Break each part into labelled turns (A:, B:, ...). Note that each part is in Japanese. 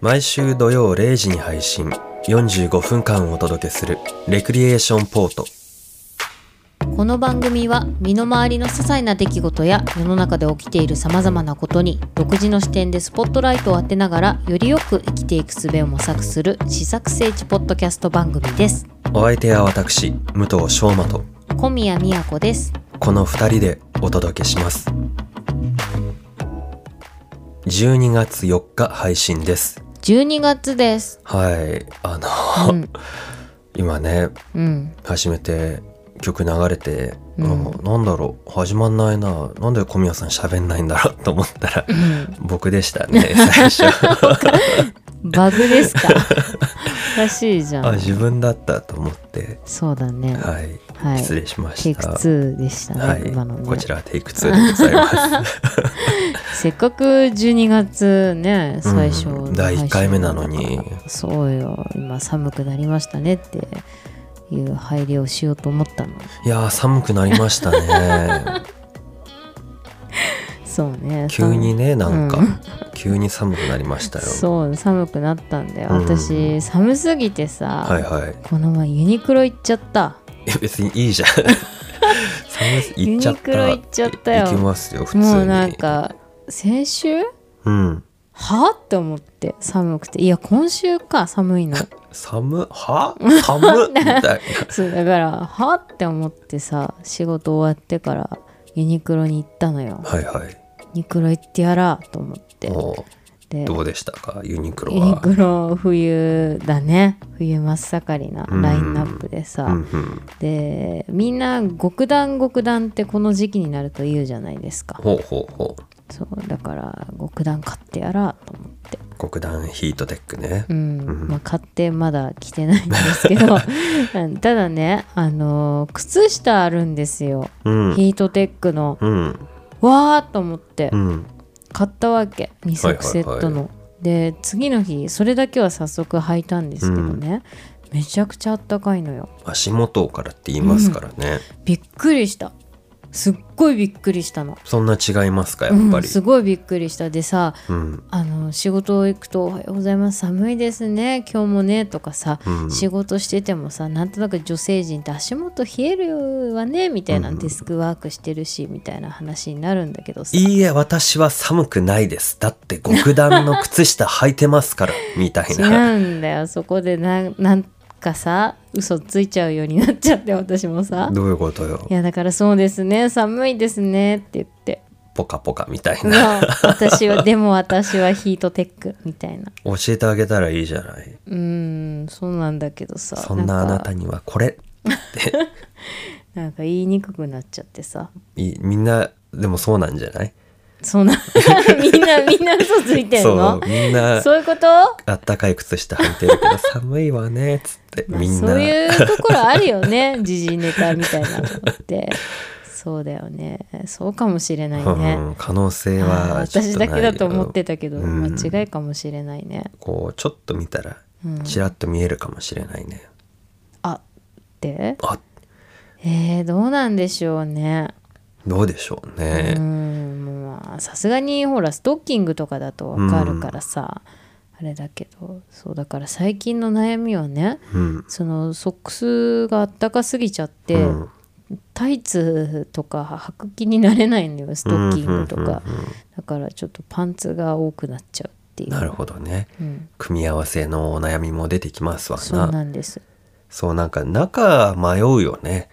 A: 毎週土曜0時に配信45分間お届けするレクリエーションポート
B: この番組は身の回りの些細な出来事や世の中で起きているさまざまなことに独自の視点でスポットライトを当てながらよりよく生きていく術を模索する試作聖地ポッドキャスト番組です
A: お相手は私武藤翔馬と
B: 小宮宮子です
A: この2人でお届けします12月4日配信です
B: 12月です
A: はいあ
B: う
A: の、
B: ん
A: 今ね
B: うん
A: 始めて曲流れて、
B: うん
A: あなんだろう始まんないななんで小宮さん喋んないんだろうと思ったら
B: うん
A: 僕でしたね最初
B: バグです かおかしいじゃ
A: あ
B: ん
A: 自分だったと思って
B: そうだね
A: はい、
B: はい
A: 失礼しま
B: テイ
A: し
B: ク
A: た
B: 2でしたね、
A: はい、
B: 今のね
A: こちらテイク2でございます
B: せっかく12月ね最初、
A: うん第1回目なのに
B: そうよ今寒くなりましたねっていう配慮をしようと思ったの
A: いやー寒くなりま したね
B: そうね
A: 急にねなんか、
B: う
A: 急に寒くなりました
B: 寒
A: よ
B: そう寒くなったんだよ、
A: うん
B: 私寒すぎてさ、
A: はいはい
B: この前ユニクロ行っちゃった
A: え別にいいじ ゃん寒いです行っちゃった
B: ユニクロ行っちゃったよ
A: 行きますよ普通に
B: もうなんか先週
A: うん
B: はって思って寒くていや今週か寒 いの
A: 寒 は寒みたいな
B: そうだからはって思ってさ仕事終わってからユニクロに行ったのよ
A: はいはい
B: ユニクロ行ってやらと思って
A: も
B: で
A: うどうでしたかユニクロ
B: ユニ
A: は
B: クロ冬だね冬真っ盛りなラインナップでさ、
A: うんうん
B: でみんな極暖極暖ってこの時期になると言うじゃないですか
A: ほうほうほ
B: そうだから極暖買ってやらと思って
A: う極暖ヒートテックね
B: うん、
A: うん
B: まあ買ってまだ着てないんです けどうんただねあのー靴下あるんですよ、
A: うん
B: ヒートテックの
A: うん
B: わーっと思って
A: うん
B: 買ったわけ2足セットの、
A: はいはい
B: で次の日それだけは早速履いたんですけどね、めちゃくちゃあったかいのよ
A: 足元からって言いますからね
B: びっくりしたすっごいびっくりしたの
A: そんな違いますかやっぱ
B: うん
A: り
B: すごいびっくりしたでさ
A: うん
B: あの仕事行くと「おはようございます寒いですね今日もね」とかさ、
A: うん
B: 仕事しててもさなんとなく女性陣って足元冷えるわねみたいな、
A: うん
B: デスクワークしてるしみたいな話になるんだけどさ
A: いいえ私は寒くないですだって極暖の靴下履いてますからみたい
B: 違
A: な
B: うんだよそこでななんかさ嘘ついちゃうようになっちゃって私もさ
A: どういうことよ
B: いやだからそうですね寒いですねって言って
A: ポカポカみたい
B: い
A: な
B: や私はでも私はヒートテックみたいな
A: 教えてあげたらいいじゃないう
B: ーんそうなんだけどさ
A: そんなあな
B: か
A: たにはこれ
B: なんか言いにくくなっちゃってさ
A: いみんなでもそうなんじゃない
B: そんな みんなみんな嘘ついてん
A: そ
B: の
A: うみんな
B: そういうこと
A: あったかい靴下履いてるけど寒いわねっつってみんな、
B: そういうところあるよね時事ネタみたいなのってそうだよねそうかもしれないね、
A: うん可能性
B: あー
A: はちょっ
B: 私
A: と
B: だけだと
A: ないよ
B: 思ってたけど、
A: うん
B: 間違いかもしれないね
A: こうちょっと見たら
B: うん
A: ちらっと見えるかもしれないね、
B: あって
A: あ
B: えー、どうなんでしょうね
A: どうでしょう
B: う
A: ね、
B: んまあさすがにほらストッキングとかだとわかるからさ、あれだけどそうだから最近の悩みはね
A: うん
B: そのソックスがあったかすぎちゃって、
A: うん
B: タイツとか履く気になれないんだよストッキングとか、
A: うんうんうん
B: だからちょっとパンツが多くなっちゃうっていう
A: なるほどね
B: うん、
A: 組み合わせのお悩みも出てきますわ
B: そう
A: な
B: なんです
A: そうなんか中迷うよね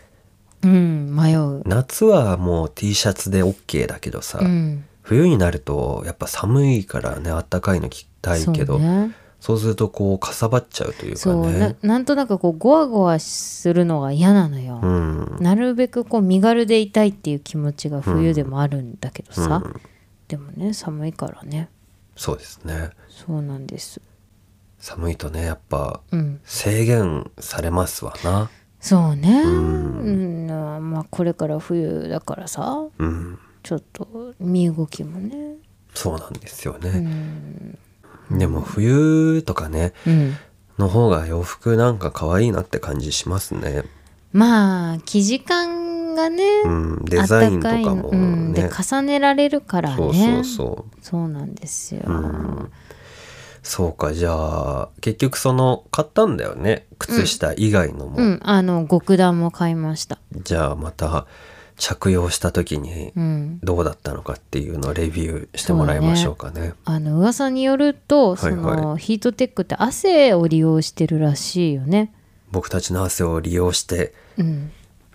B: うん迷う、
A: 夏はもう T シャツで OK だけどさ、
B: うん、
A: 冬になるとやっぱ寒いからねあったかいの着たいけど
B: そう,、ね、
A: そうするとこうかさばっちゃうというか
B: そうな
A: ね
B: なんとなくこうゴワゴワするのが嫌なのよ、
A: うん
B: なるべくこう身軽でいたいっていう気持ちが冬でもあるんだけどさ、
A: うん
B: でもね寒いからね
A: そうですね
B: そうなんです
A: 寒いとねやっぱ
B: うん
A: 制限されますわな
B: そうね
A: うん
B: うんまあこれから冬だからさ
A: うん
B: ちょっと身動きもね
A: そうなんですよ
B: う
A: ね、
B: ん、
A: でも冬とかね
B: うん、
A: の方が洋服なんか可愛いなって感じしますね
B: まあ生地感がね、
A: うんデザインと
B: あったい
A: か
B: の
A: も
B: うん、で
A: ね
B: 重ねられるからね
A: そうそうそ
B: そうなんですよ、
A: ううんそうかじゃあ結局その買ったんだよね靴下以外のも、
B: うん、あの極段も買いました。
A: じゃあまた着用した時に
B: うん。
A: どうだったのかっていうのをレビューしてもらいましょうかね
B: あの噂によると、その
A: はいは
B: ヒートテックって汗を利用してるらしいよね。
A: 僕たちの汗を利用して
B: うん。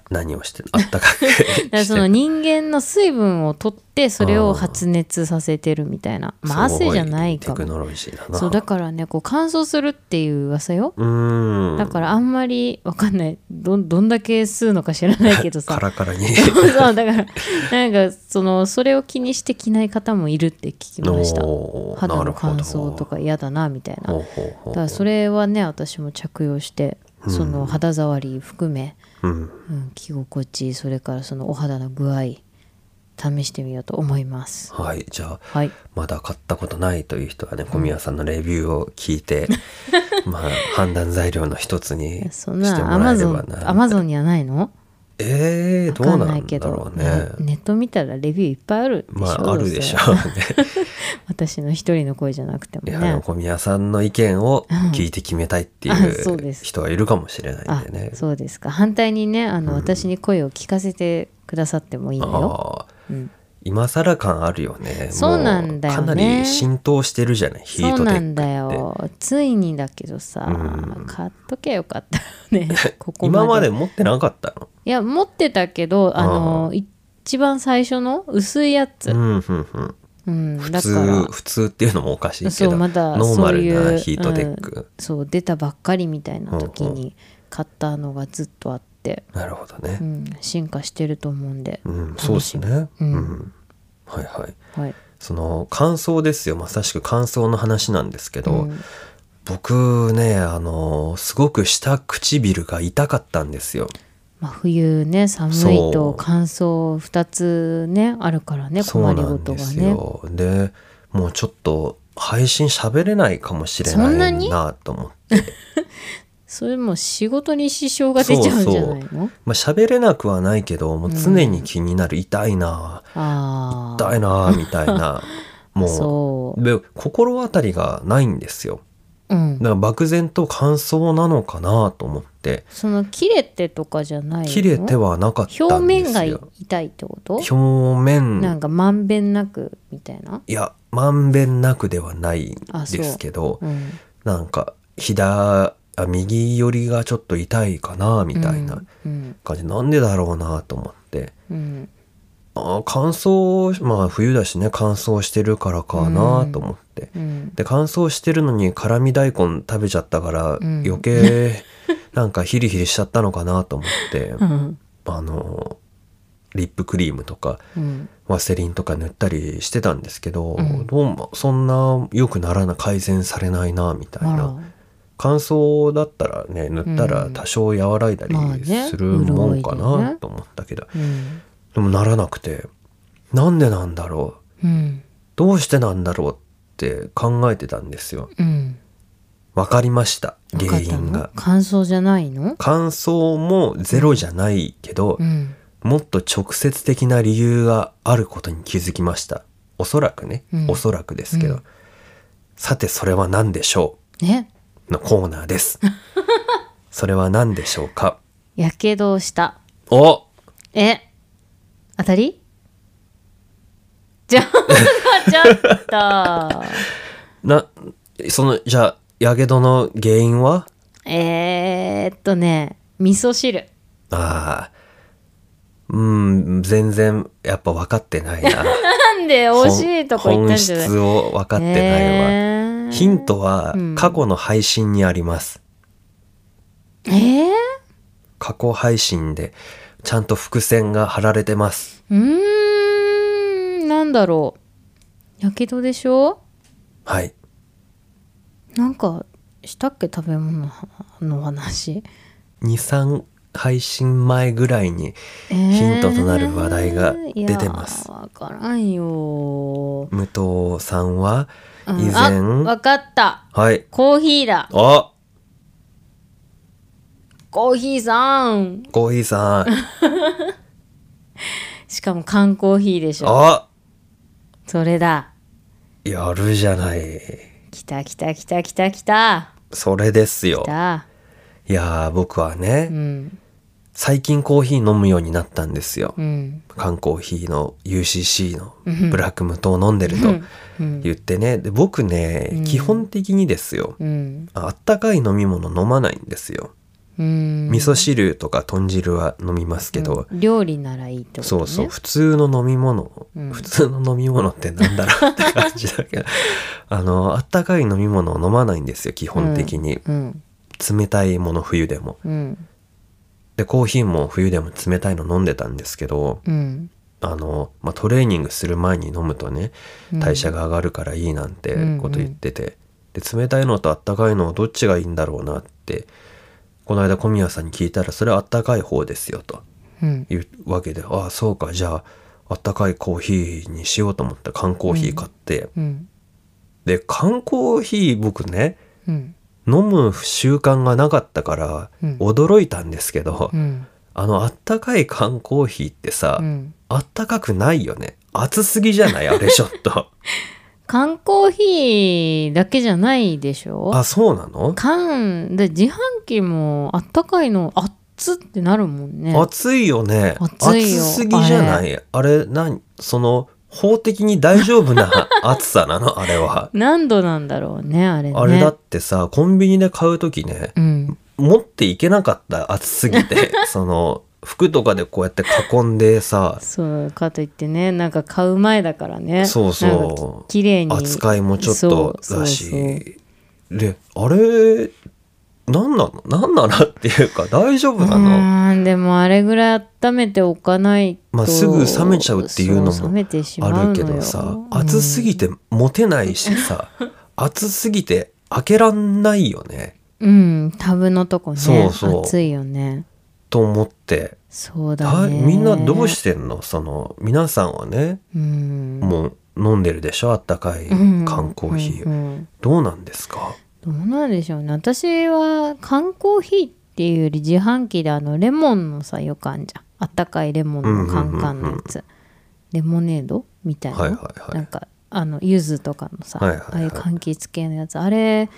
A: 何をしてあったか く
B: だから
A: し
B: その
A: て
B: 人間の水分を取ってそれを発熱させてるみたいな。まあ
A: すご
B: 汗じゃないか
A: テク
B: も。
A: ノロジーだな
B: そうだからね、こう乾燥するっていう噂よ。
A: うーん
B: だからあんまりわかんない。どんどんだけ吸うのか知らないけどさ
A: カ。ラカラに
B: そうだからなんかそのそれを気にして着ない方もいるって聞きました
A: おー
B: 肌
A: なる
B: の
A: ほど
B: 乾燥とか嫌だなみたいな
A: ほう
B: だ
A: ほうほう
B: からそれはね私も着用してその肌触り含め、
A: うん
B: うん、着心地それからそのお肌の具合試してみようと思います
A: はいじゃあ
B: はい
A: まだ買ったことないという人はね小宮さんのレビューを聞いて、まあ判断材料の一つにして
B: そ
A: も
B: んな
A: ら
B: アマ
A: えれ
B: ゾ
A: ば
B: ン
A: な
B: アマゾンにはないの
A: えー、どう
B: わか
A: んな
B: ない
A: ん
B: け
A: だろ
B: ど
A: うね
B: ねネット見たらレビューいっぱいあるでしょ、
A: まああるでしょ
B: どうせ
A: うね
B: 私の一人の声じゃなくても
A: い
B: ね
A: やでも小宮さんの意見を聞いて決めたいって
B: あそう
A: い
B: で
A: う
B: す
A: 人はいるかもしれないん
B: あ
A: でね
B: そうですか反対にねあの、
A: うん
B: 私に声を聞かせてくださってもいいのよ、
A: ああ
B: うん、
A: 今更感あるよね
B: そうなんだよね
A: もうかなり浸透してるじゃないヒー
B: そう
A: トテ
B: な
A: ック
B: んだ
A: って
B: よついにだけどさ、
A: うん
B: 買っとけよかった よねここまで
A: 今まで持ってなかったの
B: いや持ってたけどあの
A: あ
B: 一番最初の薄いやつ
A: う、んうんうん
B: うん
A: 普
B: だか
A: 通
B: ら
A: 普通っていうのもおかしいけ
B: そう
A: ど、
B: まだ
A: ノーマ
B: そう
A: ル
B: いう
A: なヒートテック、
B: そう出たばっかりみたいな時
A: うんう
B: に買ったのがずっとあって、
A: なるほど
B: う
A: ね
B: ん、進化してると思うんで、
A: うん、そうですね
B: う
A: うんん、はいはい
B: はい、
A: その感想ですよまさしく感想の話なんですけど、
B: うん
A: 僕ねあのすごく下唇が痛かったんですよ
B: まあ、冬ね寒い
A: そ
B: と
A: う
B: 乾燥2つねあるからね
A: そう
B: 困り
A: な
B: ご
A: ん
B: と
A: で
B: が
A: す
B: ね
A: よでもうちょっと配信喋れないかもしれ
B: そん
A: な
B: なに
A: いなと思って
B: それもう仕事に支障が出ちゃうんじゃないの
A: まあ喋れなくはないけどもう常に気になる、痛いな
B: あ
A: 痛いなみたい な
B: あ
A: もう
B: そう
A: で心当たりがないんですよ
B: うん
A: だから漠然と乾燥なのかなと思って
B: その切れてとかじゃないの
A: 切れてはなかったんですよ
B: 表面が痛いってこと
A: 表面
B: なんかまんべんなくみたいない
A: やまんべんなくではない
B: あそう
A: ですけど
B: うん
A: なんか左あ右寄りがちょっと痛いかなみたいな
B: うん
A: 感じ、なんでだろうなと思って
B: うん
A: あー乾燥まあ冬だしね乾燥してるからかなと思って、
B: うん
A: で乾燥してるのに辛味大根食べちゃったから、
B: ん
A: 余 計なんかヒリヒリしちゃったのかなと思って
B: うん
A: あのリップクリームとか
B: うん
A: ワセリンとか塗ったりしてたんですけど、
B: うん
A: どうもそんな良くならない改善されないなみたい
B: あ
A: な
B: ら
A: 乾燥だったらね塗ったら多少和らいだり
B: うんまあね
A: するもんか
B: 潤いで
A: な
B: ね
A: と思ったけど、
B: うん
A: でもならなくてなんでなんだろう
B: うん
A: どうしてなんだろうって考えてたんですよ。
B: うん
A: わかりました
B: わか
A: 原
B: ったの
A: 因が
B: 乾燥じゃないの
A: 乾燥もゼロじゃないけど、
B: うん
A: もっと直接的な理由があることに気づきましたおそらくね、
B: うん
A: おそらくですけど、
B: うん
A: さてそれは何でしょ
B: ね
A: うのコーナーです それは何でしょうか
B: やけどをした
A: お
B: え当たりじゃあちょ っと
A: なそのじゃあやけどの原因は
B: えーっとね味噌汁
A: ああうん全然やっぱ分かってない な
B: なんで惜しいとこ行ったんじゃない
A: 本質を分かってないわ、
B: えー
A: ヒントは
B: うん
A: 過去の配信にあります。
B: えー、
A: 過去配信でちゃんと伏線が貼られてます。
B: うーんなんだろうやけどでしょ
A: はい。
B: なんかしたっけ食べ物の話
A: 2、3配信前ぐらいにヒントとなる話題が出てます
B: えーいやーわからんよー
A: 武藤さんは
B: うん
A: 以
B: あ
A: 前、
B: わかった
A: はい。
B: コーヒーだ
A: あ
B: コーヒーさん
A: コーヒーさん。
B: しかも缶コーヒーでしょ
A: あ
B: それだ
A: やるじゃない。
B: 来た来た来た来た来た
A: それですよ
B: 来。た
A: いやー、僕はね、
B: うん
A: 最近コーヒー飲むようになったんですよ。
B: うん
A: 缶コーヒーの UCC の
B: うん
A: ブラック無糖を飲んでると言ってね。で、僕ね、
B: うん
A: 基本的にですよ。
B: うん
A: ああったかい飲み物飲まないんですよ。
B: うん
A: 味噌汁とか豚汁は飲みますけど、
B: うん料理ならいいってことね
A: そうそう、普通の飲み物、
B: うん
A: 普通の飲み物ってなんだろうって感じだ けど、あの、あったかい飲み物を飲まないんですよ、基本的に。
B: うん
A: 冷たいもの冬でも。
B: うん
A: で、コーヒーも冬でも冷たいの飲んでたんですけど、
B: うん
A: あの、まあ、トレーニングする前に飲むとね、
B: うん
A: 代謝が上がるからいいなんてこと言ってて、で、冷たいのとあったかいのどっちがいいんだろうなって、この間小宮さんに聞いたら、それはあったかい方ですよと。
B: うん
A: いうわけでああそうかじゃああったかいコーヒーにしようと思って缶コーヒー買って、
B: うん
A: で缶コーヒー僕ね
B: うん
A: 飲む習慣がなかったから
B: うん
A: 驚いたんですけど、
B: うん
A: あのあったかい缶コーヒーってさ、
B: うん
A: あったかくないよね熱すぎじゃ ないあれちょっと
B: 缶コーヒーだけじゃないでしょ
A: あそうなの
B: 缶で自販機もあったかいのあっつってなるもんね
A: 熱いよね
B: 熱いよ
A: すぎじゃないあれ何その法的に大丈夫 な熱さなのあれは
B: 何度なんだろうねあれね
A: あれだってさコンビニで買う時ね
B: うん
A: 持っていけなかった暑すぎ てその服とかでこうやって囲んでさ
B: そうかといってねなんか買う前だからね
A: そうそう
B: なんかき綺麗に
A: 扱いもちょっとだし
B: そうそう
A: であれ何なの何なのっていうか大丈夫な
B: う
A: の
B: ーんでもあれぐらい温めておかないと、
A: まあすぐ冷めちゃうっていうのも
B: そ冷めてしまうのよ
A: あるけどさ暑すぎて持てないしさ暑すぎて開けらんないよね
B: うん、うんタブのとこね
A: そうそう
B: 暑いよね
A: と思って、
B: そうだ
A: だ
B: ね
A: みんなどうしてんのその皆さんはね
B: うん
A: もう飲んでるでしょあったかい
B: うん
A: 缶コーヒー、
B: うんうん
A: どうなんですか
B: どうなんでしょうね私は缶コーヒーっていうより自販機であのレモンのさ予感じゃんあったかいレモンのカンカンのやつ、レモネードみたいな、
A: はいはいはい
B: なんかあの柚子とかのさ、
A: はいはいはい
B: ああいう柑橘系のやつあれ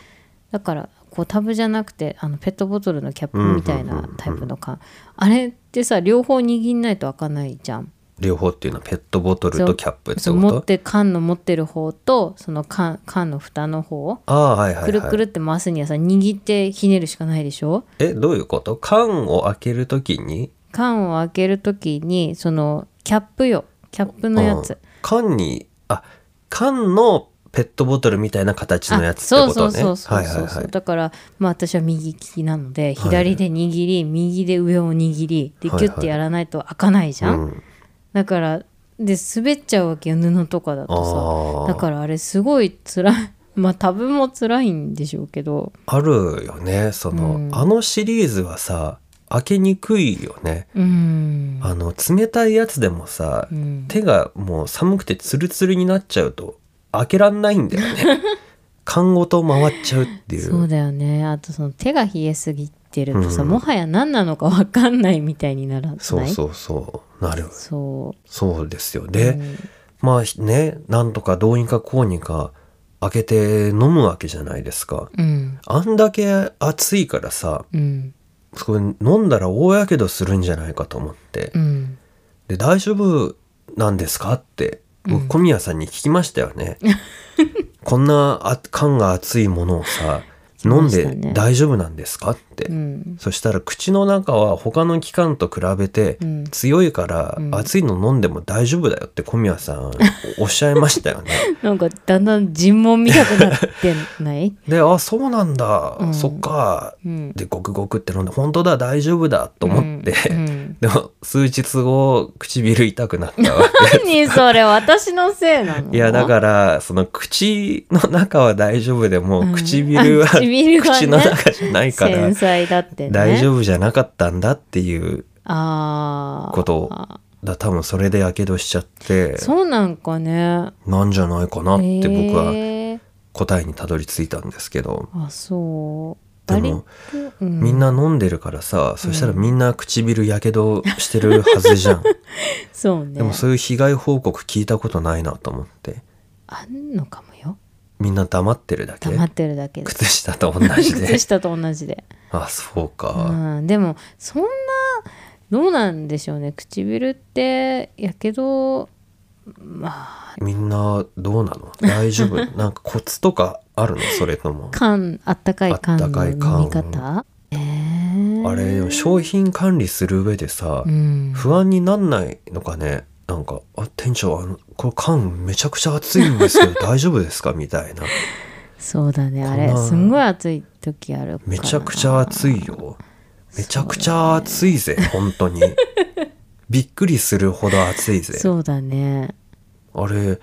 B: だからこうタブじゃなくてあのペットボトルのキャップみたい
A: うんうん
B: な
A: うんうん
B: タイプの缶、あれってさ両方握んないと開かないじゃん
A: 両方っていうのはペットボトルとキャップって
B: そう
A: こ
B: 持っ
A: と
B: て缶の持ってる方とその缶缶の蓋の方
A: ああはいはい、はい、
B: くるくるって回すにはさ握ってひねるしかないでしょ
A: えどういうこと缶を開けるときに
B: 缶を開けるときにそのキャップよキャップのや
A: う
B: つ
A: ん、缶にあ缶のペットボトルみたいな形のやつって
B: そう
A: こ
B: そ
A: と
B: う
A: ね
B: そうそう
A: はい
B: そ
A: はいう
B: そ
A: は
B: う
A: い
B: だからまあ私は右利きなので
A: い
B: 左で握り右で上を握りでギ
A: はいはい
B: ュッてやらないと開かないじゃん、
A: うん
B: だからで滑っちゃうわけよ布とかだと
A: ああ
B: さだからあれすごい辛い まあタブも辛いんでしょうけど
A: あるよねその、
B: うん
A: あのシリーズはさ開けにくいよね
B: うーん
A: あの冷たいやつでもさ、
B: うん
A: 手がもう寒くてツルツルになっちゃうと開けらんないんだよ ね缶ごと回っちゃうっていう
B: そうだよねあとその手が冷えすぎてるとさ、
A: うん
B: もはや何なのか分かんないみたいにならない
A: そうそうそうなる
B: そ
A: そうですよ
B: う
A: で、
B: うん
A: まあひねなんとかどうにかこうにか開けて飲むわけじゃないですか
B: うん
A: あんだけ暑いからさ
B: うん
A: それ飲んだら大やけどするんじゃないかと思って、
B: うん
A: で大丈夫なんですかって僕小宮さんに聞きましたよ ね、こんなあ缶が熱いものをさ
B: 聞き
A: 飲ん
B: ましたね
A: で大丈夫なんですかって、
B: うん
A: そしたら口の中は他の器官と比べて
B: うん
A: 強いから
B: うん
A: 熱いの飲んでも大丈夫だよって小宮さんおっしゃいましたよ ね。
B: なんかだんだん尋問見たくなってない
A: で、あ、そうなんだ、
B: うん
A: そっか。
B: うん
A: で、ごくごくって飲んで、本当だ、大丈夫だと思って、
B: うんうん
A: でも数日後唇痛くなったわけ。
B: 何それ私のせいなの
A: いやだからその口の中は大丈夫でも、
B: うん
A: 唇は
B: あ 唇はね
A: 口の中じゃないから
B: 繊細だってね
A: 大
B: 夫
A: 丈夫じゃなかったんだっていう
B: あー
A: ことを
B: あ
A: だ多分それでやけどしちゃって
B: そうなんかね
A: なんじゃないかなって僕は
B: へー
A: 答えにたどり着いたんですけど、
B: あそう
A: でも
B: 割とうん
A: みんな飲んでるからさそしたらみんな唇やけどしてるはずじゃん、
B: そうね
A: でもそういう被害報告聞いたことないなと思って
B: あんのかもよ
A: みんな黙ってるだけ
B: 黙ってるだけで
A: 靴下と同じで
B: 靴下と同じで、
A: あそう
B: う
A: か、
B: ん、でもそんなどうなんでしょうね唇ってやけどまあ
A: みんなどうなの大丈夫 なんかコツとかあるのそれとも
B: 缶あったかい缶
A: あった
B: の
A: か
B: 飲
A: い缶
B: み方えー
A: あれでも商品管理する上でさ、
B: うん
A: 不安になんないのかねなんか「あ店長あのこれ缶めちゃくちゃ熱いんですけ ど大丈夫ですか?」みたいな
B: そうだねあれ
A: こんな
B: すんごい暑い時あるから
A: めちゃくちゃ熱いよめちゃくちゃ熱いぜ、本当にびっくりするほど熱いぜ
B: そうだね
A: あれ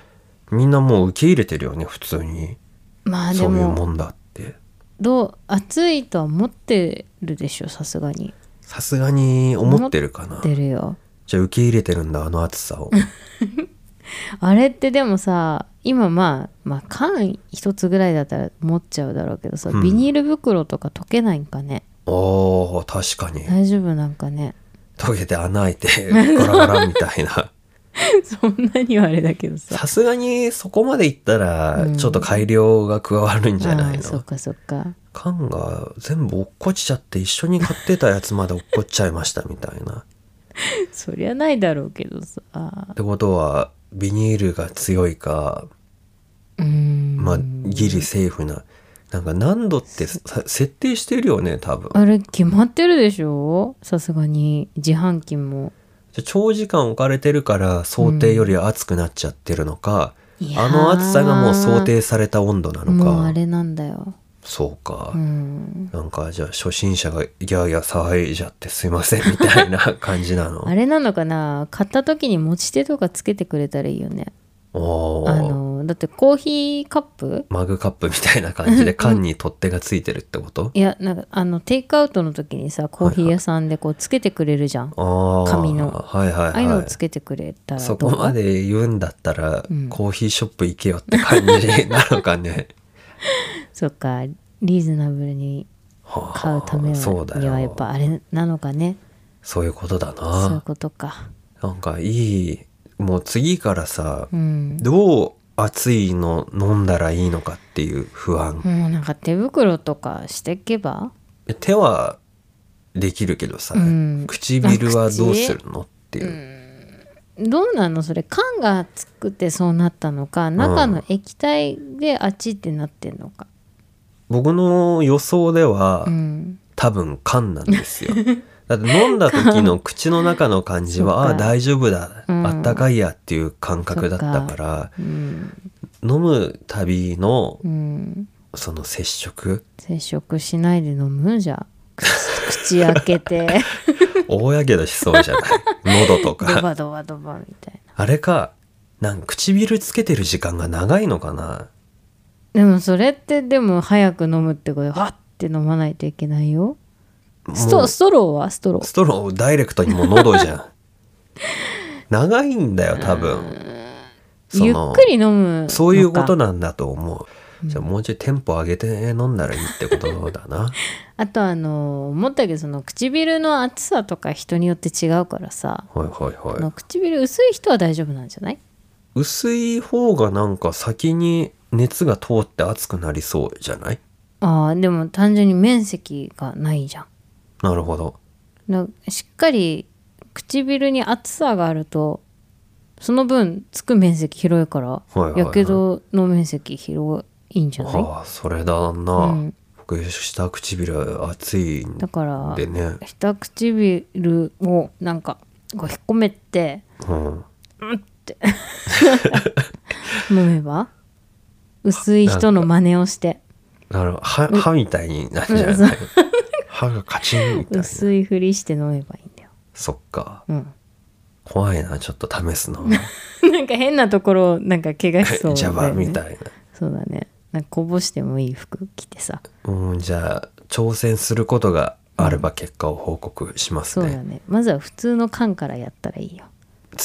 A: みんなもう受け入れてるよね普通に
B: まあで
A: そういう
B: も
A: もんだって
B: どう暑いとは思ってるでしょさすがに
A: さすがに思ってるかな
B: 出るよ
A: じゃあ受け入れてるんだあの暑さを
B: あれってでもさ今まあまあ缶一つぐらいだったら持っちゃうだろうけどさ、
A: うん
B: ビニール袋とか溶けないんかね
A: おー確かに
B: 大丈夫なん かね
A: 溶けて穴開いて ガラガラみたい な
B: そんなにはあれだけどさ
A: さすがにそこまでいったら
B: うん
A: ちょっと改良が加わるんじゃない
B: あーそっ
A: の、
B: かそっか
A: 缶が全部落っこちちゃって一緒に買ってたやつまで落っこっちゃいましたみたいな
B: そりゃないだろうけどさ
A: ってことはビニールが強いか
B: うーん
A: まあギリセーフななんか何度ってさ設定してるよね多分
B: あれ決まってるでしょさすがに自販機も
A: じゃあ長時間置かれてるから想定より暑くなっちゃってるのか、
B: いやー
A: あの暑さがもう想定された温度なの
B: もう
A: か
B: あれなんだよ
A: そうか、
B: うん
A: なんかじゃあ初心者がギャーギャー騒いじゃってすいませんみたいな感じなの
B: あれなのかな買った時に持ち手とかつけてくれたらいいよね
A: お
B: あ
A: ー
B: のだってコーヒーカップ
A: マグカップみたいな感じで缶に取っ手がついてるってこと
B: いやなんかあのテイクアウトの時にさコーヒー屋さんでこうつけてくれるじゃん、
A: ああ
B: 紙の
A: はいはい
B: ああいうのを
A: は
B: つ
A: い
B: けてくれたらど
A: そ
B: う
A: こまで言うんだったら、
B: うん
A: コーヒーショップ行けよって感じなのか ね
B: そっかリーズナブルに
A: はあ
B: 買うために
A: そうだ
B: はやっ
A: よ
B: ぱあれなのかね
A: そういうことだ
B: そういう
A: な
B: ことか
A: なんかいいもう次からさ、
B: うん
A: どう熱いの飲んだらいいのかっていう不安、
B: もうなんか手袋とかしていけば
A: 手はできるけどさ、
B: うん
A: 唇はどうするのっていう、
B: どうなのそれ缶がつくってそうなったのか中の液体であっちってなってんのか
A: 僕の予想では、
B: うん
A: 多分缶なんですよ だって飲んだ時の口の中の感じは
B: そ
A: あ
B: う
A: あ
B: か
A: 大丈夫だ、
B: うん
A: あったかいやっていう感覚だったから
B: うん、
A: 飲むたびの
B: うん、
A: その接触
B: 接触しないで飲むじゃあ口口開けて
A: 大やけどしそうじゃ ない喉と
B: ド
A: か
B: バドバドバみたい
A: あれかなんか唇つけてる時間が長いのかな
B: なでもそれってでも早く飲むってことはって飲まないといけないよス
A: も
B: ト
A: う
B: ストローはストロー
A: ストローをダイレクトにもう喉じゃ ん長いんだよ多分そ
B: ゆっ
A: の
B: くり飲むのか
A: そういうことなんだと思うじゃあもうちょいテンポ上げて飲んだらいいってことだな
B: あとあの思ったけどその唇の厚さとか人によって違うからさ、
A: はいはい
B: あ
A: は
B: の唇薄い人は大丈夫なんじゃない
A: い薄い方がなんか先に熱が通って熱くなりそうじゃない
B: あーでも単純に面積がないじゃん
A: なるほど
B: なしっかり唇に厚さがあるとその分つく面積広いから、
A: いはいはい
B: やけどの面積広いんじゃない、
A: はあそれだな、
B: うん
A: 僕下唇熱いん
B: だから
A: でね
B: 下唇をなんかこう引っ込めて
A: うん
B: 飲めば薄い人の真似をして
A: なる歯歯みたいになるじゃない歯がカチンみたいな
B: 薄いふりして飲めばいいんだよ、
A: そっか
B: うん、
A: 怖いなちょっと試すの
B: なんか変なところをなんか怪我しそうだ
A: ジャ
B: よね
A: バみたい
B: そうだねなんかこぼしてもいい服着てさ
A: な、うん、じゃあ挑戦することがあれば結果を報告します
B: そうだ
A: ね、
B: ねまずは普通の缶からやったらいいよ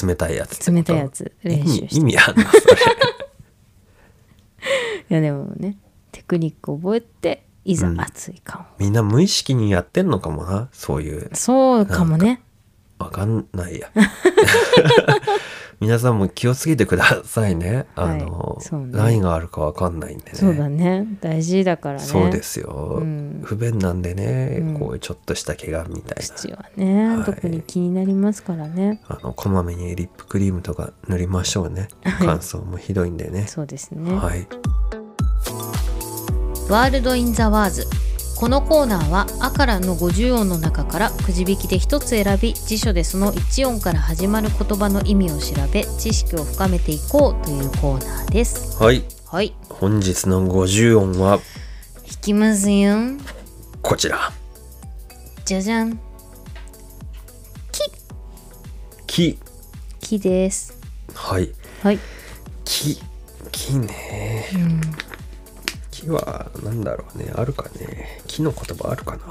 A: 冷たいやつってこと
B: 冷たいやつ練習して
A: 意味意味あんのそれ
B: いやでもねテクニック覚えていざ
A: うん
B: 熱い缶を、
A: みんな無意識にやってんのかもなそういう
B: そうかもね
A: わかんないや皆さんも気をつけてくださいね。あ
B: はい
A: の、
B: そうね
A: 何があるかわかんないんでね。
B: そうだね大事だからね
A: そうですよ、
B: うん
A: 不便なんでね、
B: うん
A: こういうちょっとした怪我みたい
B: 口
A: な
B: はね、
A: はい
B: 特に気になりますからね
A: あのこまめにリップクリームとか塗りましょうね
B: はい
A: 乾燥もひどいんでね
B: そうですね、
A: はい
B: ワールドインザワーズこのコーナーは「あ」からの50音の中からくじ引きで1つ選び辞書でその1音から始まる言葉の意味を調べ知識を深めていこうというコーナーです
A: はい
B: はい
A: 本日の50音は
B: 引きますよ
A: こちら
B: じゃじゃん
A: 「き
B: 「き」です」
A: はい
B: はい
A: 「き」「き」ね
B: うん
A: 「き」は何だろうねあるかね「き」の言葉あるかない
B: っ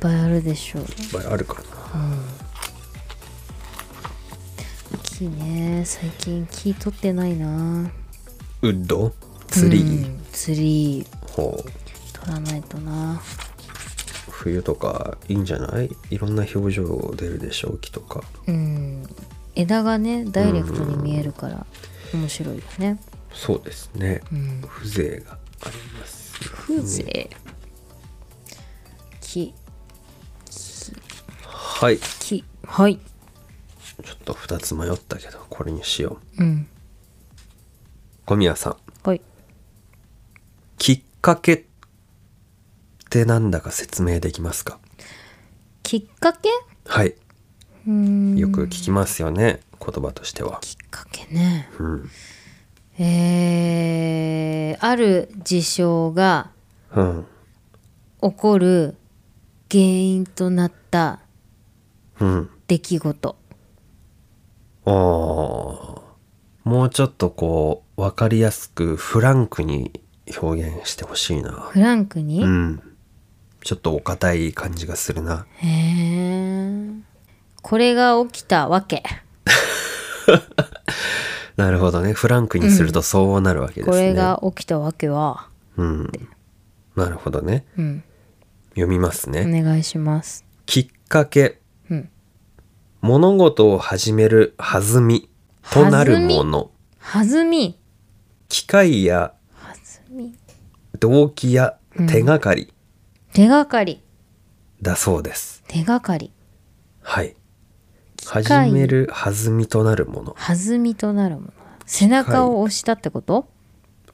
B: ぱいあるでしょう
A: いっぱいあるかな
B: 「き」ね最近「き」取ってないな
A: ウッドツリ
B: う
A: ー、
B: んツリー
A: ほう
B: 取らないとな
A: 冬とかいいんじゃないいろんな表情出るでしょう木とか
B: うん枝がねダイレクトに見えるから面白いよね、
A: そうですね、
B: うん、
A: 風情があります
B: 風情木
A: はいち
B: 木はい
A: ょっと2つ迷ったけどこれにしよう
B: うん
A: 小宮さん
B: はい
A: きっかけってなんだか説明できますか
B: きっかけ
A: はい
B: うん
A: よく聞きますよね、言葉としては
B: きっかけね
A: うん、
B: えー、ある事象が
A: うん
B: 起こる原因となった
A: うん、
B: 出来事
A: あーもうちょっとこう分かりやすくフランクに表現してほしいな
B: フランクに、
A: うんちょっとお堅い感じがするな
B: へーこれが起きたわけ
A: なるほどねフランクにするとそうなるわけですね、
B: これが起きたわけは、
A: うん。なるほどね。
B: うん、
A: 読みますね。
B: お願いします
A: きっかけ。
B: うん
A: 物事を始める弾みとなるもの。
B: 弾み
A: 機械や
B: 弾み
A: 動機や手がかり
B: 手がかり
A: だそうです。
B: 手がかり
A: はい。
B: 械
A: 始める弾みとなるもの。
B: 弾みとなるもの背中を押したってこと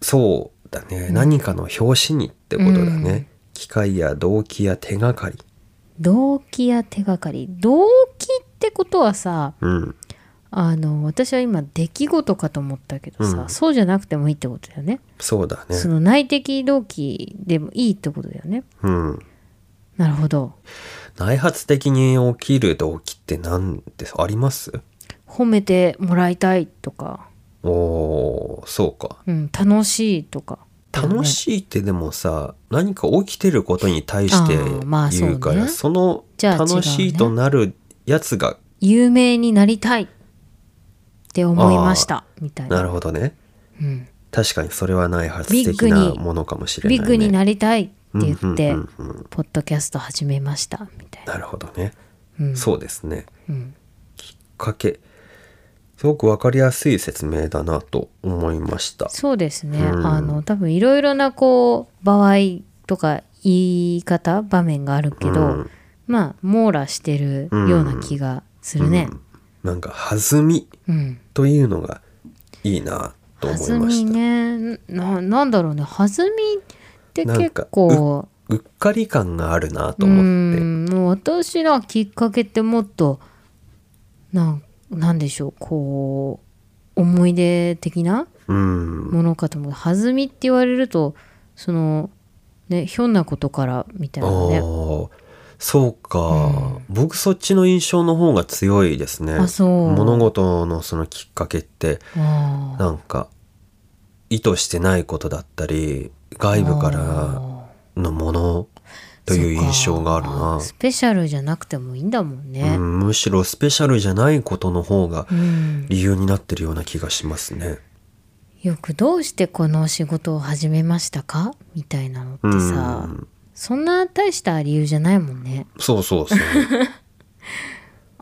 A: そうだね。何かの表紙にってことだね。機械や動機や手がかり。
B: 動機や手がかり動機ってことはさ
A: うん。
B: あの私は今出来事かと思ったけどさ、
A: うん
B: そうじゃなくてもいいってことだよね
A: そうだね。
B: その内的動機でもいいってことだよね
A: うん。
B: なるほど
A: 内発的に起きる動機って何ですあります
B: 褒めてもらいたいとか、
A: おーそうか
B: うん、楽しいとか
A: 楽しいってでもさ、何か起きてることに対して
B: あーまあ
A: 言うから、そ
B: そ
A: の
B: じゃあ違うね
A: 楽しいとなるやつが、
B: 有名になりたいって思いましたみたいな
A: なるほどね
B: うん、
A: 確かにそれは内発
B: ビッ
A: 的
B: グ
A: な
B: に
A: ものかもしれない、
B: ビ
A: ね、
B: ッグになりたいって言って、
A: うんうんうんうん
B: ポッドキャスト始めましたみたいな、
A: なるほどね、
B: うん、
A: そうですね
B: うん、
A: かけすごく分かりやすい説明だなと思いました
B: そうですね、
A: うん
B: あの多分いろいろなこう場合とか言い方場面があるけど、
A: うん
B: まあ網羅してるような気がするね
A: うんなんか弾み
B: うん、
A: というのがいいなと思いました
B: 弾みねななんだろうね弾みって
A: なん
B: 結
A: か
B: 構
A: うっかり感があるなと
B: う
A: 思って
B: んもう私らきっかけってもっとなんなんでしょうこう思い出的な
A: うん
B: ものかと思う弾みって言われるとそのねひょんなことからみたい
A: ああ
B: なね
A: ーそうか、僕そっちの印象の方が強いですね
B: あそう
A: 物事のそのきっかけって
B: あー
A: なんか意図してないことだったり外部から
B: あ
A: のもの
B: ー
A: という印象がある
B: そうか
A: な
B: スペシャルじゃなくてもいいんだもんね
A: う、ん、むしろスペシャルじゃないことの方が
B: うん
A: 理由になってるような気がしますね、
B: よくどうしてこの仕事を始めましたかみたいなのってさ、
A: うん
B: そんな大した理由じゃないもんね
A: そうそうそう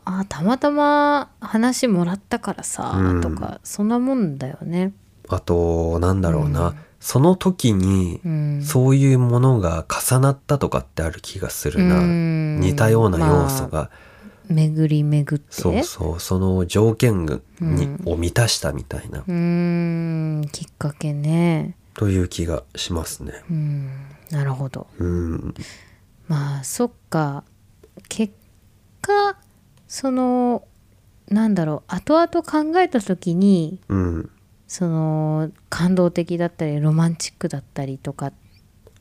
B: ああたまたま話もらったからさ、
A: うん
B: とかそんなもんだよね。
A: あとなんだろうな、
B: うん
A: その時に
B: うん、
A: そういうものが重なったとかってある気がするな、
B: うん
A: 似たような要素
B: まあ
A: が、
B: 巡り巡って
A: そうそうその条件に、
B: うん
A: を満たしたみたいな、
B: うーんきっかけね
A: という気がしますね。
B: うんなるほど
A: うん、
B: まあそっか結果そのなんだろう後々考えた時に
A: うん、
B: その感動的だったりロマンチックだったりとか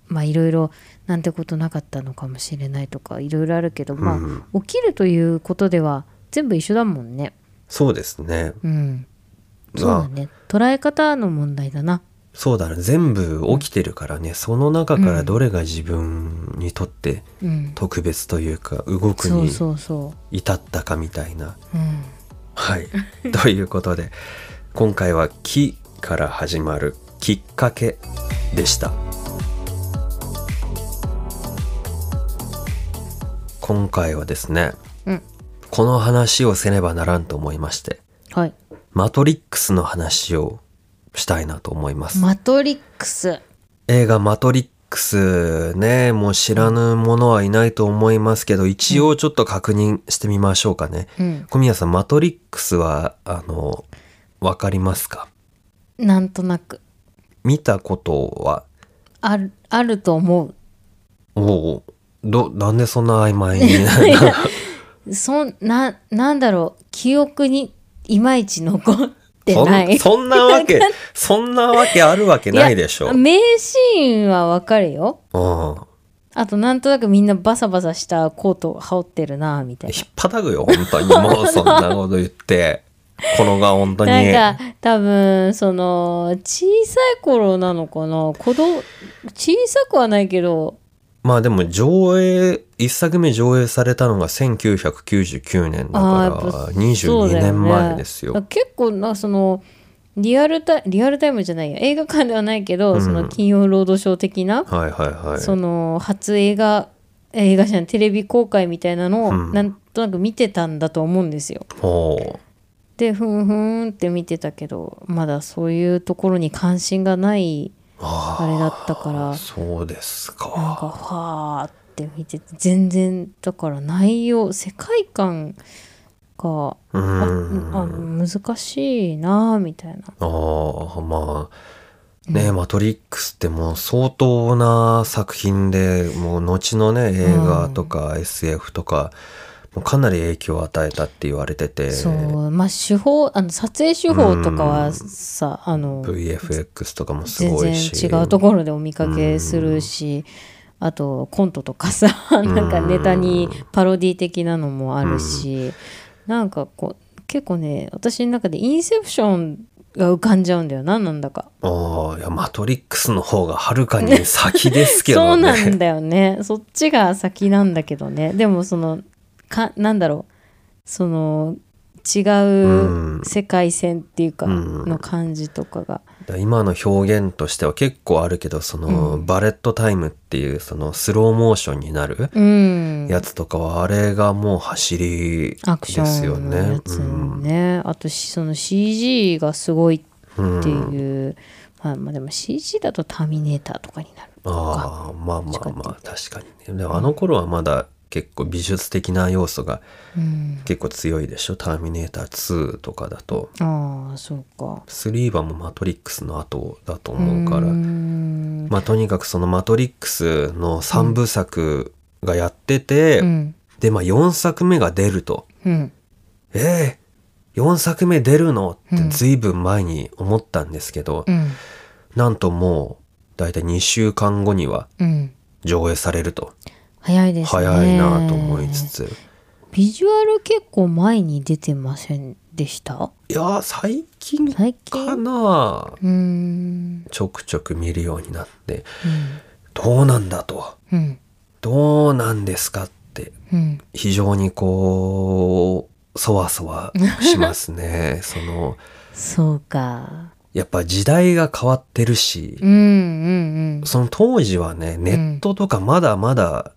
B: まあいろいろなんてことなかったのかもしれないとかいろいろあるけどまあ、
A: うん
B: 起きるということでは全部一緒だもんね
A: そうですね。
B: うん
A: まあ
B: そうだね捉え方の問題だな
A: そうだね全部起きてるからねその中からどれが自分にとって
B: うん
A: 特別というか動く
B: そう
A: に
B: そうそ
A: 至ったかみたいな。
B: ううん
A: はい ということで今回は「き」から始まる「きっかけ」でした。今回はですね
B: うん
A: この話をせねばならんと思いまして
B: はい
A: マトリックスの話をしたいなと思います。
B: マトリックス
A: 映画マトリックスね、もう知らぬ者はいないと思いますけど、一応ちょっと確認してみましょうかね。
B: うん
A: 小宮さん、マトリックスは、あの、わかりますか
B: なんとなく
A: 見たことは、
B: あるあると思
A: おうど、なんでそんな曖昧 に。
B: うそんななんだろう記憶にいまいち残って
A: そ
B: なんい
A: そんなわ け、そんなわけあるわけないでしょ。う
B: や
A: ん。
B: 名シーンはわかるよあとなんとなくみんなバサバサしたコートを羽織ってるなみたい
A: ひっぱたぐよ、本当に。もうそんなこと言って。 このが本当に。
B: ななんか多分その小さい頃なのかな子供小さくはないけど
A: まあでも上映一作目上映されたのが1999年だ
B: あ
A: か
B: あーやっ
A: ら
B: ぱそうだ
A: 22
B: よ
A: 年
B: ね
A: 前ですよ。
B: 結構なそのリアルタイリアルタイムじゃないや映画館ではないけど、
A: うん
B: その金曜ロードショー的な、
A: はいはいはい。
B: その初映画映画じゃないテレビ公開みたいなのを、
A: うん
B: なんとなく見てたんだと思うんですよ。
A: ほ
B: でふんふんって見てたけどまだそういうところに関心がないあれだったからな
A: うんそうですか。
B: かファーって見てて全然だから内容世界観が
A: う
B: あ
A: ん。
B: あ難しいなあみたいな。
A: ああまあね、マトリックスってもう相当な作品でもう後のね映画とか SF とか、もうかなり影響を与えたって言われてて
B: そうまあ手法あの撮影手法とかはさ、あの
A: VFX とかもす
B: 全
A: ごい
B: 然
A: し
B: 違うところでお見かけするし、あとコントとかさ なんかネタにパロディ的なのもあるし、なんかこう結構ね私の中でインセプションが浮かんじゃうんだよななんだか。
A: ああ、いや、マトリックスの方がはるかに先ですけ
B: そ
A: ど
B: う
A: ね。
B: なんだよねそっちが先なんだけどねでもそのかなんだろうその違
A: ん
B: う世界線っていうか
A: うん
B: の感じとかが、
A: 今の表現としては結構あるけど、その、
B: うん
A: バレットタイムっていう、そのスローモーションになる
B: うん、
A: やつとかは、あれがもう走り
B: アクシ
A: です
B: ョ
A: よ
B: ンの
A: ね。
B: やつもね、あとしその CG がすごいっ
A: うん。
B: て
A: う
B: い
A: ん、
B: う、まあ、まあでも CG だと「ターミネーター」とかになるとか
A: ああ、まあまあまあ、確かにね。でもあの頃はまだ結構美術的な要素が
B: うん
A: 結構強いでしょ。ターミネーター2とかだと。
B: ああそうか
A: 3はもうマトリックスの後だと思うから。
B: ん
A: まあ、とにかくその「マトリックス」の3部作がやってて、
B: うん
A: で、まあ、4作目が出ると
B: うん
A: 「えー、4作目出るの?」っ
B: う
A: て
B: ん
A: 随分前に思ったんですけど、
B: うん
A: なんともう大体2週間後には
B: うん
A: 上映されると
B: 早いですね
A: 早いなと思いつつ
B: ビジュアル結構前に出てませんでした
A: いやー最近
B: 最近
A: か
B: う
A: な
B: ーん
A: ちょくちょく見るようになってどうなんだと
B: うんうん
A: どうなんですかって
B: うん
A: 非常にこうそわそわします ねその
B: そうか
A: やっぱ時代が変わってるし
B: うんうん
A: その当時はねネットとかまだまだ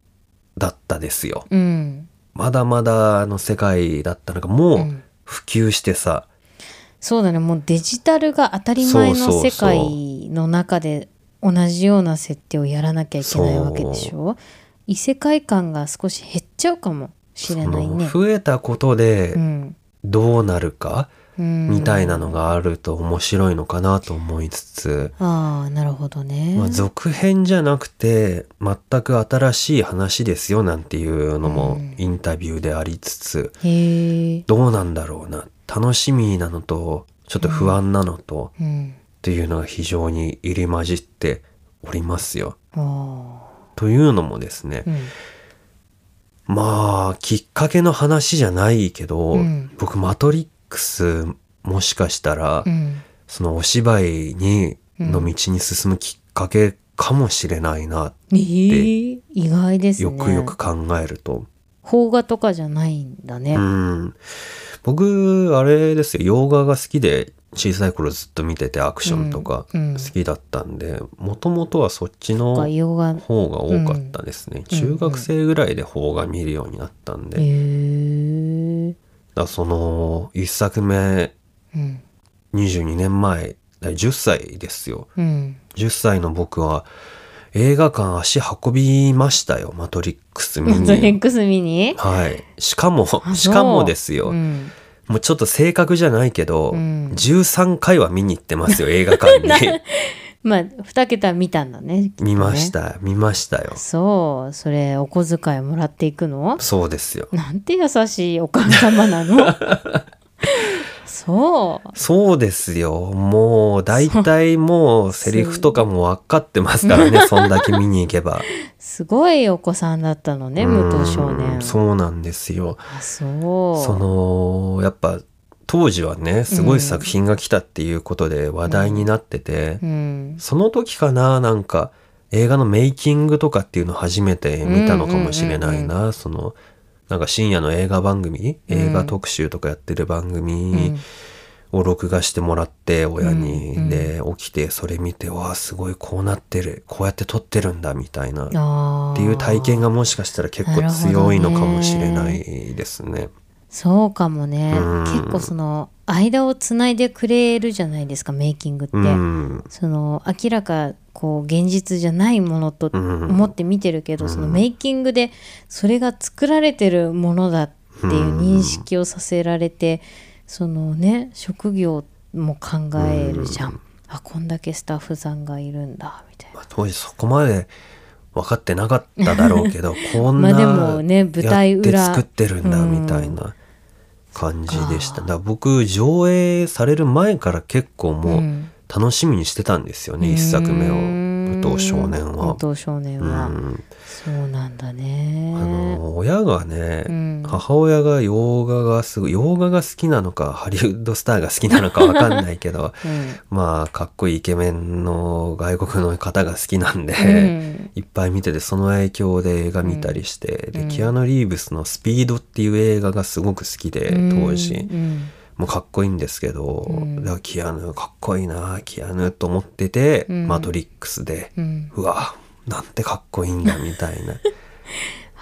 A: だったですよ、
B: うんうん
A: まだまだの世界だったのがもうう普及してさ、
B: そうだねもうデジタルが当たり
A: そ
B: 前
A: うそう
B: の
A: そう
B: 世界の中で同じような設定をやらなきゃいけないわけでしょ異世界観が少し減っちゃうかもしれない
A: その
B: ね。
A: 増えたことで
B: うん
A: どうなるか
B: うん、
A: みたいなのがあると面白いのかなと思いつつ、
B: ああなるほどね。
A: まあ、続編じゃなくて全く新しい話ですよなんていうの
B: う
A: も
B: ん
A: インタビューでありつつ、
B: へえ。
A: どうなんだろうな楽しみなのとちょっと不安なのと、
B: うん、
A: っていうのが非常に入り混じっておりますよ。
B: あ
A: というのもですね
B: ー、うん
A: まあきっかけの話じゃないけど、
B: うん
A: 僕「マトリックス」もしかしたら、
B: うん
A: そのお芝居にの道に進むきっかけかもしれないな、
B: えー、意外ですね。
A: よくよく考えると。
B: 邦画とかじゃないんだね。
A: うん、僕あれですよ洋画が好きで小さい頃ずっと見ててアクションとか
B: うんうん
A: 好きだったんでもともとはそっち
B: とか
A: の
B: 洋画。へ
A: 方が多かったですね、
B: うん
A: 中学生ぐらいで方が見るようになったんで、だか
B: え。
A: らその1作目
B: うん
A: 22年前だから10歳ですよ
B: うん。
A: 10歳の僕は映画館足運びましたよ「マトリックス」見
B: マトリッ
A: に。
B: クス見に
A: はい、しかも
B: あ
A: しかもですよ、
B: そううん
A: もうちょっと正確じゃないけど、
B: うん
A: 13回は見に行ってますよ、映画 館に。
B: まあ2桁見たんだねきっとね
A: 見ました、見ましたよ。
B: そうそれお小遣いもらっていくの
A: そうですよ。
B: なんて優しいお母様な のそう
A: そうですよ。もう、大体もう、セリフとかも分かってますからね、そんだけ見に行けば。
B: すごいお子さんだったの ね
A: うん
B: 武藤少年
A: そうなんですよ。
B: あそう
A: その、やっぱ、当時はね、すごい作品が来たっていうことで話題になってて、
B: うん
A: その時かな、なんか、映画のメイキングとかっていうの初めて見たのかもしれないな。その、なんか深夜の映画番組、
B: うん
A: 映画特集とかやってる番組を録画してもらって、親に。
B: うん
A: で、起きてそれ見て、わあ、すごいこうなってる。こうやって撮ってるんだ、みたいな。っ
B: あー
A: ていう体験がもしかしたら結構強いのかもしれないですね。
B: そうかもね
A: うん
B: 結構その間をつないでくれるじゃないですかメイキングって、
A: うん。
B: その明らかこう現実じゃないものと
A: うん
B: 思って見てるけど、そのメイキングでそれが作られてるものだっていう認識をさせられて、そのね職業も考えるじゃん、あこんだけスタッフさんがいるんだみたいな。
A: まあ当時そこまで分かってなかっただろう けどこんな
B: まあでもね舞台裏
A: やって作ってるんだ
B: うん
A: みたいな感じでした、だから僕上映される前から結構もう楽しみにしてたんですよね、一作目を
B: うん
A: 武藤少年は。
B: 武藤少年
A: う
B: は、
A: ん
B: そうなんだ
A: あ
B: ね。
A: の親がね、
B: うん
A: 母親が洋画がすごい洋画が好きなのかハリウッドスターが好きなのか分かんないけど
B: うん
A: まあかっこいいイケメンの外国の方が好きなんで、
B: うん
A: いっぱい見ててその影響で映画見たりして、でキアヌ・リーブスの「スピード」っていう映画がすごく好きで当時、
B: うん
A: もうかっこいいんですけど、
B: ん
A: だからキアヌかっこいいなキアヌと思ってて「
B: うん
A: マトリックスで」
B: うん
A: うわなんてかっこいいんだみたい な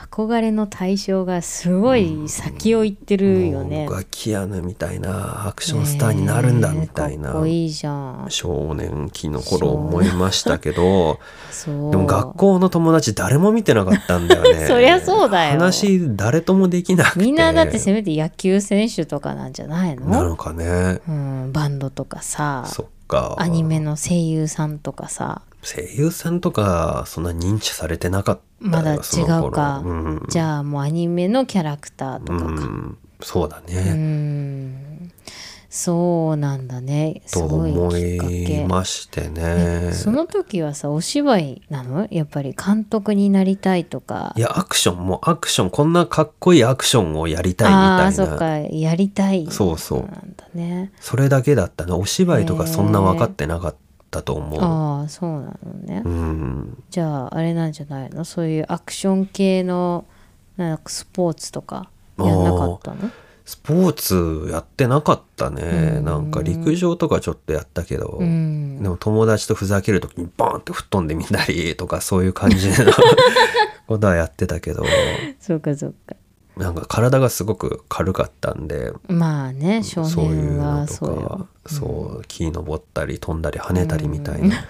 B: 憧れの対象がすごい先を行ってるよ
A: もう
B: ね。
A: 僕はキアヌみたいなアクションスターになるんだみたい
B: ねえ
A: な、
B: かっこいいじゃん。
A: 少年期の頃思いましたけど。
B: そう。
A: でも学校の友達誰も見てなかったんだよね
B: そりゃそうだよ
A: 話誰ともできなくて
B: みんなだってせめて野球選手とかなんじゃない
A: な
B: の
A: のかね
B: うん、バンドとかさ、
A: そっか
B: アニメの声優さんとかさ、
A: 声優さんとかそんな認知されてなかったよ
B: まだ違
A: その
B: う
A: 頃
B: か。
A: うん、
B: じゃあもうアニメのキャラクターとか
A: う
B: か。
A: ん、そうだ
B: う
A: ね、
B: ん。そうなんだね。す
A: と
B: ごい
A: 思
B: きっか
A: い
B: け。
A: ましてね
B: その時はさお芝居なのやっぱり監督になりたいとか
A: いやアクションもうアクションこんなかっこいいアクションをやりたいみ
B: ああー
A: た
B: そ
A: い
B: っ
A: な
B: かやりたい
A: そうそう
B: なんだね
A: それだけだったねお芝居とかそんな分かってなかったと思う、
B: ああそうなのね、
A: うん
B: じゃああれなんじゃないのそういうアクション系のなんかスポーツとかやんなかったの
A: スポーツやってなかったね
B: うん
A: なんか陸上とかちょっとやったけど、
B: うん
A: でも友達とふざけるときにバーンって吹っ飛んでみたりとかそういう感じのことはやってたけど
B: そうかそうか
A: なんか体がすごく軽かったんで
B: まあね少
A: そうい
B: 年
A: うの
B: は
A: と
B: そうよ
A: かそう木登ったり飛んだり跳ねたりみたいな。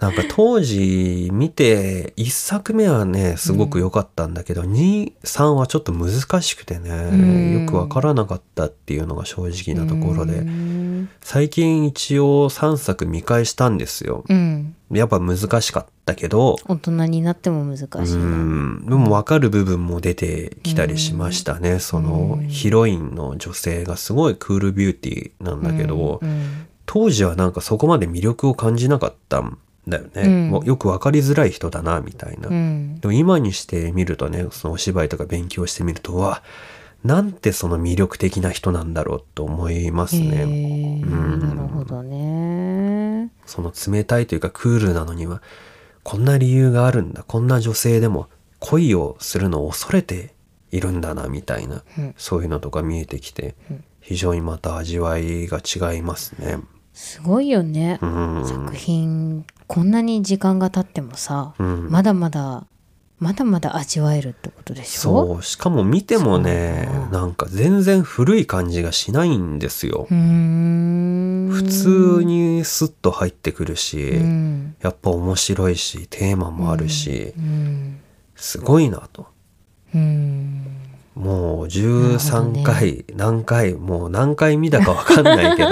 A: なんか当時見て1作目はねすごく良かったんだけど、23はちょっと難しくてね、
B: うん
A: よくわからなかったっていうのが正直なところで、
B: うん
A: 最近一応3作見返したんですよ
B: うん
A: やっぱ難しかったけど
B: 大人になっても難
A: う
B: しいなん
A: でも分かる部分も出てきたりしましたね、その
B: うん
A: ヒロインの女性がすごいクールビューティーなんだけど、
B: うん
A: 当時はなんかそこまで魅力を感じなかったんだよね、
B: うん
A: もうよく分かりづらい人だなみたいな、
B: うん
A: でも今にして見るとねそのお芝居とか勉強してみるとうわなんてその魅力的な人なんだろうと思います
B: へ
A: ね
B: ー
A: うん
B: なるほどね
A: その冷たいというかクールなのにはこんな理由があるんだこんな女性でも恋をするのを恐れているんだなみたいな、
B: うん
A: そういうのとか見えてきて
B: うん
A: 非常にまた味わいが違いますね。
B: すごいよね
A: うん、
B: 作品こんなに時間が経ってもさ
A: うん
B: まだまだまだまだ味わえるってことでしょ
A: そうしかも見てもね
B: そうなんだ
A: なんか全然古い感じがしないんですよ
B: うーん
A: 普通にスッと入ってくるし、
B: うん
A: やっぱ面白いしテーマもあるし、
B: うん
A: すごいなと
B: うん
A: もう
B: なるほどね
A: 13回、何回もう何回見たかわかんない けど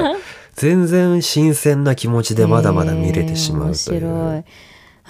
A: 全然新鮮な気持ちでまだまだ見れてしまうという、
B: えー面白い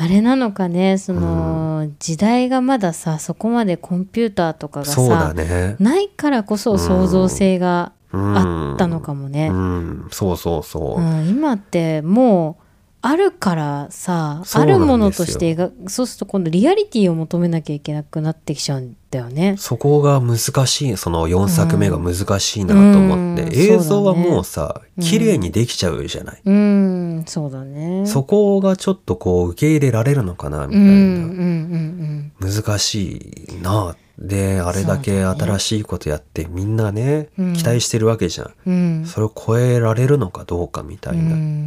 B: あれなのかねその、時代がまださそこまでコンピューターとかがさ
A: そうだね
B: ないからこそ創造性が
A: うん
B: あったのかもね、
A: うんそうそうそう、
B: うん今ってもうあるからさ
A: そ
B: あ
A: うなんですよ
B: るものとしてがそうすると今度リアリティを求めなきゃいけなくなってきちゃうんだよね。
A: そこが難しいその4作目が難しいなと思って、
B: うん
A: 映像はもうさ
B: そうだね
A: 綺麗にできちゃうじゃない、
B: うんそうだね。
A: そこがちょっとこう受け入れられるのかなみ
B: う
A: たい
B: ん
A: な、
B: うんうん
A: 難しいなであれだけ
B: そうだね
A: 新しいことやってみんなね、
B: うん
A: 期待してるわけじゃん
B: うんうん。
A: それを超えられるのかどうかみたいな、っ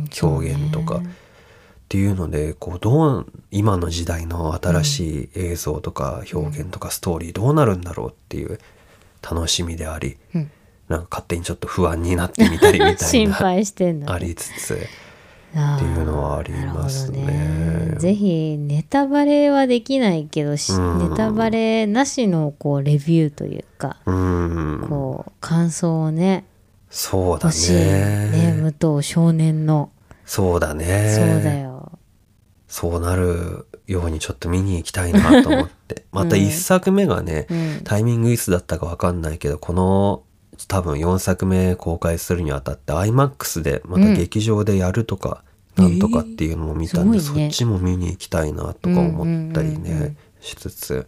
B: 表
A: 表現とかていうのでこうどう今の時代の新しい映像とか表現とかストーリーどうなるんだろうっていう楽しみであり、
B: うん
A: なんか勝手にちょっと不安になってみたりみたい
B: 心
A: な
B: 配してんだね、
A: ありつつ
B: っ
A: っていうのはありますね
B: ぜひネタバレはできないけど、し
A: うん
B: ネタバレなしのこうレビューというか、
A: うーん
B: こう感想をね
A: そうだ
B: 欲しいね
A: ね
B: 武藤少年の、
A: そうだね
B: そうだよ。
A: そうなるようにちょっと見に行きたいなと思ってまた
B: うん
A: 1作目がね、
B: うん
A: タイミングいつだったかわかんないけどこの多分4作目公開するにあたって iMAX でまた劇場でやるとか、
B: うん
A: なんとかっていうのも見たんで、
B: えーすごいね
A: そっちも見に行きたいなとか思ったりね、
B: うんうんうんうん
A: しつつ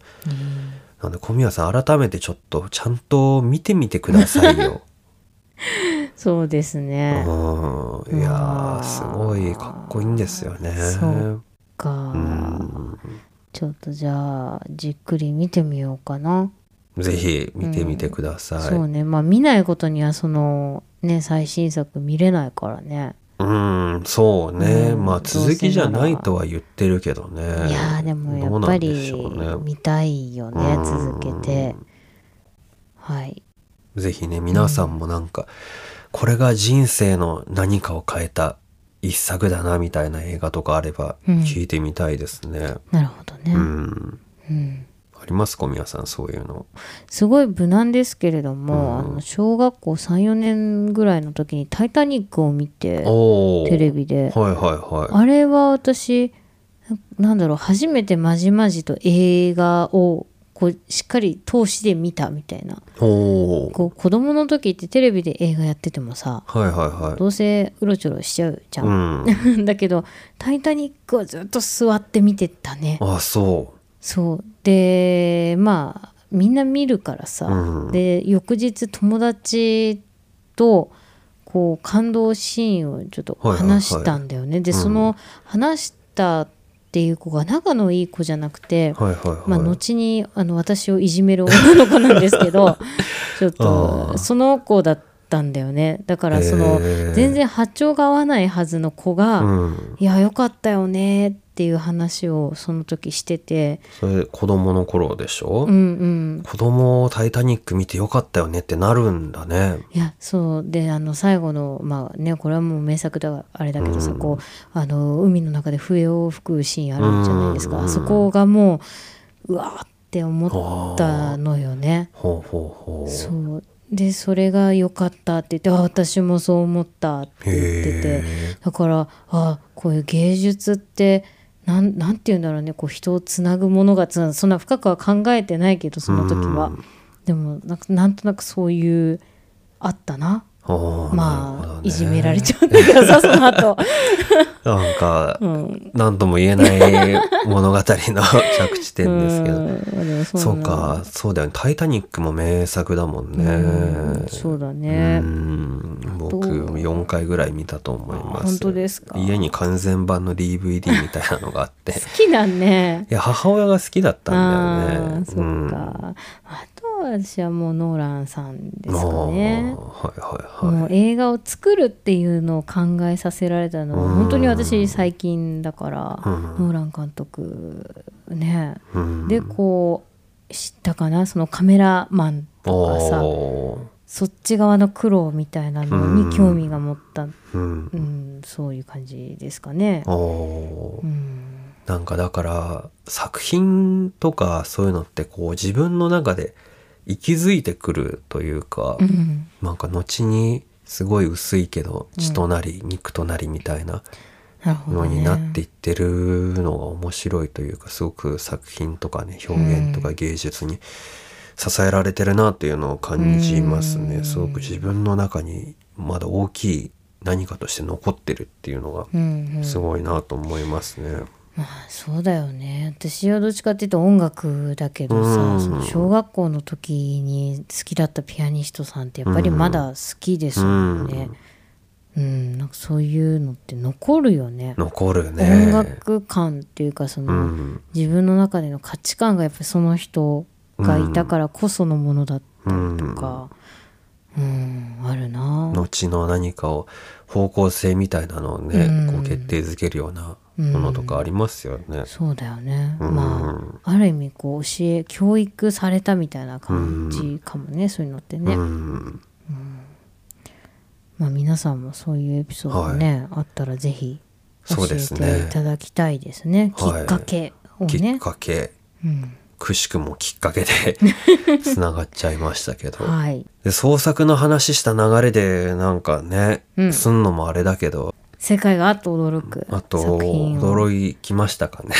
A: なんで小宮さん改めてちょっとちゃんと見てみてください よ。
B: そうですね。
A: うん、いやーすごいかっこいいんですよね。
B: そうか、
A: うん
B: ちょっとじゃあじっくり見てみようかな。
A: ぜひ見てみてください。
B: そうねまあ見ないことにはそのね最新作見れないからね。
A: うん、そうね、
B: うん
A: まあ続きじゃないとは言ってるけどね。
B: いやーでもや
A: どう
B: っ
A: な
B: ぱ
A: んで
B: り
A: しょうね
B: 見たいよね
A: うん
B: 続けてはい
A: ぜひね、皆さんもなんか、これが人生の何かを変えた一作だなみたいな映画とかあれば
B: うん
A: 聞いてみたいですね。
B: なるほどね、
A: う、
B: うんん
A: あります小宮さん、そういうの。
B: すごい無難ですけれども、
A: うん
B: あの小学校34年ぐらいの時に「タイタニック」を見て
A: おお。
B: テレビで、
A: はいはいはい。
B: あれは私ななんだろう初めてまじまじと映画をこうしっかり通しで見たみたいな
A: おお。
B: こう子供の時ってテレビで映画やっててもさ
A: はいはいは
B: どうせうろちょろしちゃうじゃ
A: い。うん。
B: だけど「タイタニック」はずっと座って見てたね。
A: あ、そ
B: そうでまあみんな見るからさ、
A: うん
B: で翌日友達とこう感動シーンをちょっと
A: はいはいはい
B: 話したんだよね。で
A: うん
B: その話したっていう子が仲のいい子じゃなくて、
A: う。はいはいはい。
B: まあ、後にあの私をいじめる女の子なんですけどちょ
A: あ
B: っと
A: ー
B: その子だったったんだよねだからその全然波長が合わないはずの子が「
A: うん、
B: いやよかったよね」っていう話をその時してて
A: それ子供の頃でしょ、
B: うんうん
A: 子供を「タイタニック」見てよかったよねってなるんだね
B: いやそうであの最後のまあねこれはもう名作だがあれだけどさ、
A: うん
B: こうあの海の中で笛を吹くシーンあるじゃないですか、
A: うん
B: あそこがもううわーって思ったのよね。
A: ほうほうほう
B: そうでそれが良かったって言ってあ私もそう思ったって言ってて
A: へ
B: だからあこういう芸術ってなんなんて言うんだろうねこう人をつなぐものがつなそんな深くは考えてないけどその時は
A: うん
B: でもなんかなんとなくそういうあったな
A: ああなるほ
B: まあ
A: ど、ね
B: いじめられちゃうんだけどさその後、
A: なんか
B: うん、
A: 何とも言えない物語の着地点 ですけど、
B: うんでもそう
A: そう
B: なんだ
A: かそうだよね「タイタニック」も名作だもんね、
B: うんそうだね
A: うん僕
B: どう
A: 4回ぐらい見たと思います
B: 本当ですか
A: 家に完全版の DVD みたいなのがあって
B: 好きだね
A: いや母親が好きだったんだよ
B: あ
A: ね
B: ーそっか、あとは私はもうノーランさん
A: う
B: で
A: ん
B: すかね
A: あーはいはい
B: も
A: は
B: う映画を作るっていうのを考えさせられたのは
A: うん
B: 本当に私最近だから、
A: うん
B: ノーラン監督ね、
A: い、うん、
B: でこう知ったかなそのカメラマンとかさ
A: おー
B: そっち側の苦労みたいなのに興味が持った、うん
A: うん
B: そういう感じですかね。
A: おー
B: うん
A: なんかだから作品とかそういうのってこう自分の中で息づいてくるというか、
B: うん
A: なんか後にすごい薄いけど血となり肉となりみたいな
B: なるほ
A: の
B: どね
A: になっていってるのが面白いというかすごく作品とかね表現とか芸術に支えられてるなっていうのを感じます
B: う
A: ね
B: ん
A: すごく自分の中にまだ大きい何かとして残ってるっていうのが
B: うんうん
A: すごいなと思いますね。
B: まあそうだよね私はどっちかっていうと音楽だけどさ、
A: うん
B: その小学校の時に好きだったピアニストさんってやっぱりまだ好きですもんねうん、なんかそういうのって残るよね
A: 残るね
B: 音楽感っていうかその、
A: うん
B: 自分の中での価値観がやっぱりその人がいたからこそのものだったりとかうん、あるな
A: 後の何かを方向性みたいなのをね、
B: うん
A: こう決定づけるようなものとかありますよね。
B: そうだよね、
A: うん
B: まあある意味こう教え教育されたみたいな感じかもね、そういうのってね、
A: うん
B: まあ、皆さんもそういうエピソードね、あったらぜひ教
A: そう
B: えて
A: ですね
B: いただきたいですね
A: はい
B: きっかけを
A: きっ
B: ね、
A: かけ
B: うん
A: くしくもきっかけで つながっちゃいましたけど、
B: はい
A: で創作の話した流れでなんかね、
B: うん
A: すんのもあれだけど
B: 世界があっと驚く
A: あと
B: 作品を
A: 驚きましたかね。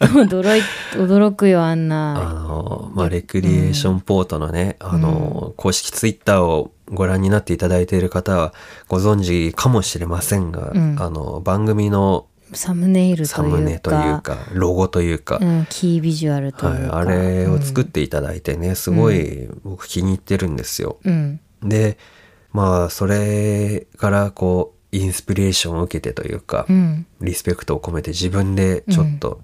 B: あっと驚い驚くよあん
A: あ
B: な
A: の、まあ、レクリエーションポートのね、あの、公式ツイッターをご覧になっていただいている方はご存知かもしれませんが、
B: うん
A: あの、番組の
B: サムネイル
A: サ
B: と
A: ム
B: い
A: ネ
B: う
A: という
B: か
A: か、ロゴというか、
B: うん、キービジュアルと
A: はいい、
B: うか、
A: あれを作っていただいてね、すごい僕気に入ってるんですよ。
B: うん
A: で、まあ、それからこう、インスピレーションを受けてというか、
B: うん
A: リスペクトを込めて自分でちょっと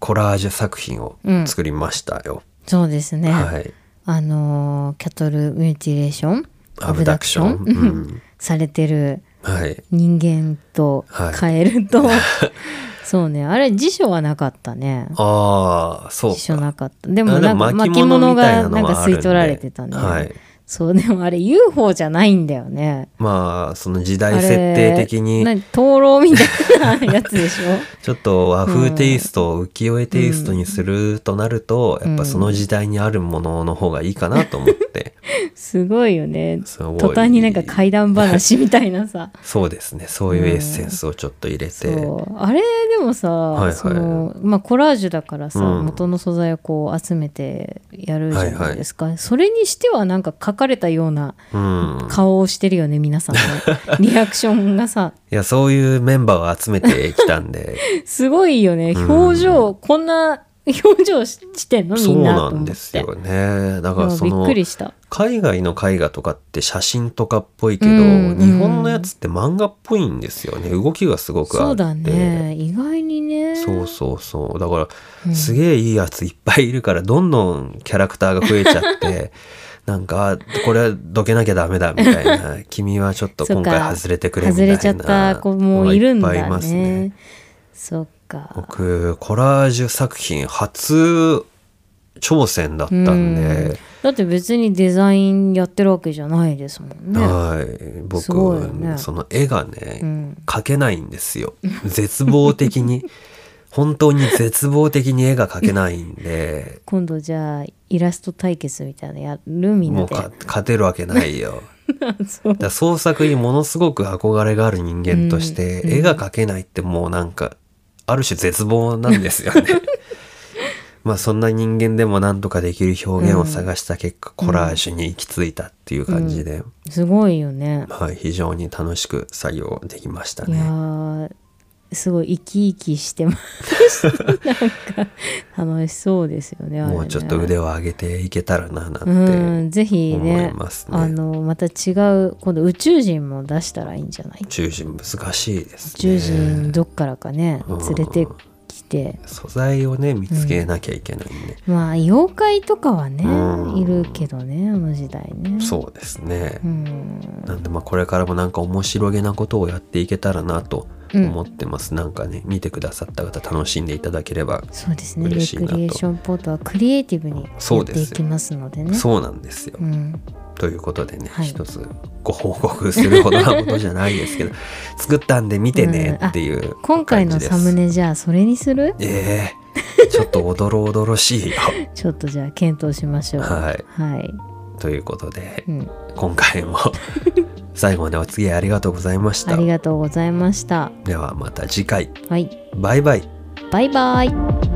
A: コラージュ作品を作りましたよ。
B: そうですね、
A: はい。
B: あのーキャトルミューティレーション
A: アブダクション
B: アブダクション
A: うん
B: されてる
A: はい。
B: 人間と
A: はい
B: カエル と、そうねあれ辞書はなかったね
A: ああ、そう
B: 辞書
A: か。
B: なかったでもなんか
A: あでも
B: 巻
A: 巻
B: 物
A: 物みたいな
B: が
A: のは
B: なんか吸い取られてたね、
A: はい。
B: そうでもあれ UFO じゃないんだよね
A: まあ、その時代
B: あれ
A: 設定的に、
B: 何灯籠みたいなやつでしょ
A: ちょっと和風テイストを浮世絵テイストにするとなると、
B: うん
A: やっぱその時代にあるものの方がいいかなと思って、
B: すごいよね
A: すごい
B: 途端になんか怪談話みたいなさ
A: そうですね。そういうエッセンスをちょっと入れて、
B: そうあれでもさ、
A: いはい
B: そのまあ、コラージュだからさ、
A: うん
B: 元の素材をこう集めてやるじゃないですか、それにしてはなんか書かれたような
A: うん。
B: 顔をしてるよね皆 さんのリアクションがさ
A: いや、そういうメンバーを集めてきたんで、
B: すごいよね
A: うん
B: 表情、こんな表情ししてんの み
A: そうん
B: なと
A: な
B: 思
A: ん
B: っ
A: で
B: て
A: すよね。だからそ
B: いやびっ
A: の
B: く、りした
A: 海外の絵画とかって写真とかっぽいけど、
B: うん
A: 日本のやつって漫画っぽいんですよね動きがすごくあって
B: そうだね意外にね
A: そうそうそうだから、
B: うん
A: すげえいいやついっぱいいるからどんどんキャラクターが増えちゃってなんかこれどけなきゃダメだみたい な君はちょっと今
B: そっ
A: 回
B: か
A: 外れてくれみた
B: 外
A: いな
B: れちゃった子もいるんだ
A: のがいっぱいいますね
B: ね。そっか。
A: 僕コラージュ作品初挑戦だったん
B: うん
A: で、
B: だって別にデザインやってるわけじゃないですもんね。
A: はい僕
B: すごいよね
A: その絵が
B: う
A: ね
B: ん、
A: 描けないんですよ絶望的 に本当に絶望的に絵が描けないんで
B: 今度じゃあイラスト対決みたいなのやるみん
A: も
B: な
A: う
B: で。
A: か勝てるわけないよ
B: そう
A: だから創作にものすごく憧れがある人間として、
B: うん
A: 絵が描けないってもうなんかある種絶望なんです よねまあそんな人間でもなんとかできる表現を探した結果、コラージュに行き着いたっていう感じで、
B: すごいよね。
A: はい、非常に楽しく作業できました
B: いや
A: ね
B: ーすごい生き生きしてます なんか楽しそうですよねあれね
A: もうちょっと腕を上げていけたらななんて、
B: うんぜひ
A: 思
B: ね
A: いますね
B: あのまた違う今度宇宙人も出したらいいんじゃない
A: 中心難しいですね
B: 宇宙人どっからかね
A: うん
B: 連れてきて、
A: 素材をね見つけなきゃいけないんで、
B: まあ妖怪とかはね、
A: うん
B: いるけどねあの時代ね
A: そうですね、
B: うん
A: なんでまあこれからもなんか面白げなことをやっていけたらなと
B: うん
A: 思ってます、なんかね見てくださった方楽しんでいただければ、
B: そうですねレクリエ
A: 嬉しいなと
B: ーションポートはクリエイティブにや
A: そう
B: っ
A: で
B: て
A: すよ
B: いきますのでね
A: そうなんですよ、
B: うん、
A: ということでね、
B: はい
A: 一つご報告するほどなことじゃないです けど作ったんで見てねっていう
B: 今回のサ
A: 感
B: ム
A: じです
B: ネじゃあそれにする
A: ええちょっとおどろおどろしいよ
B: ちょっとじゃあ検討しましょう。
A: はい
B: はい。
A: ということで
B: うん。
A: 今回 も最後までお付き合いありがとうございまし
B: あ
A: た
B: りがとうございました。
A: ではまた次回
B: はい。
A: バイバイ
B: バイバイ。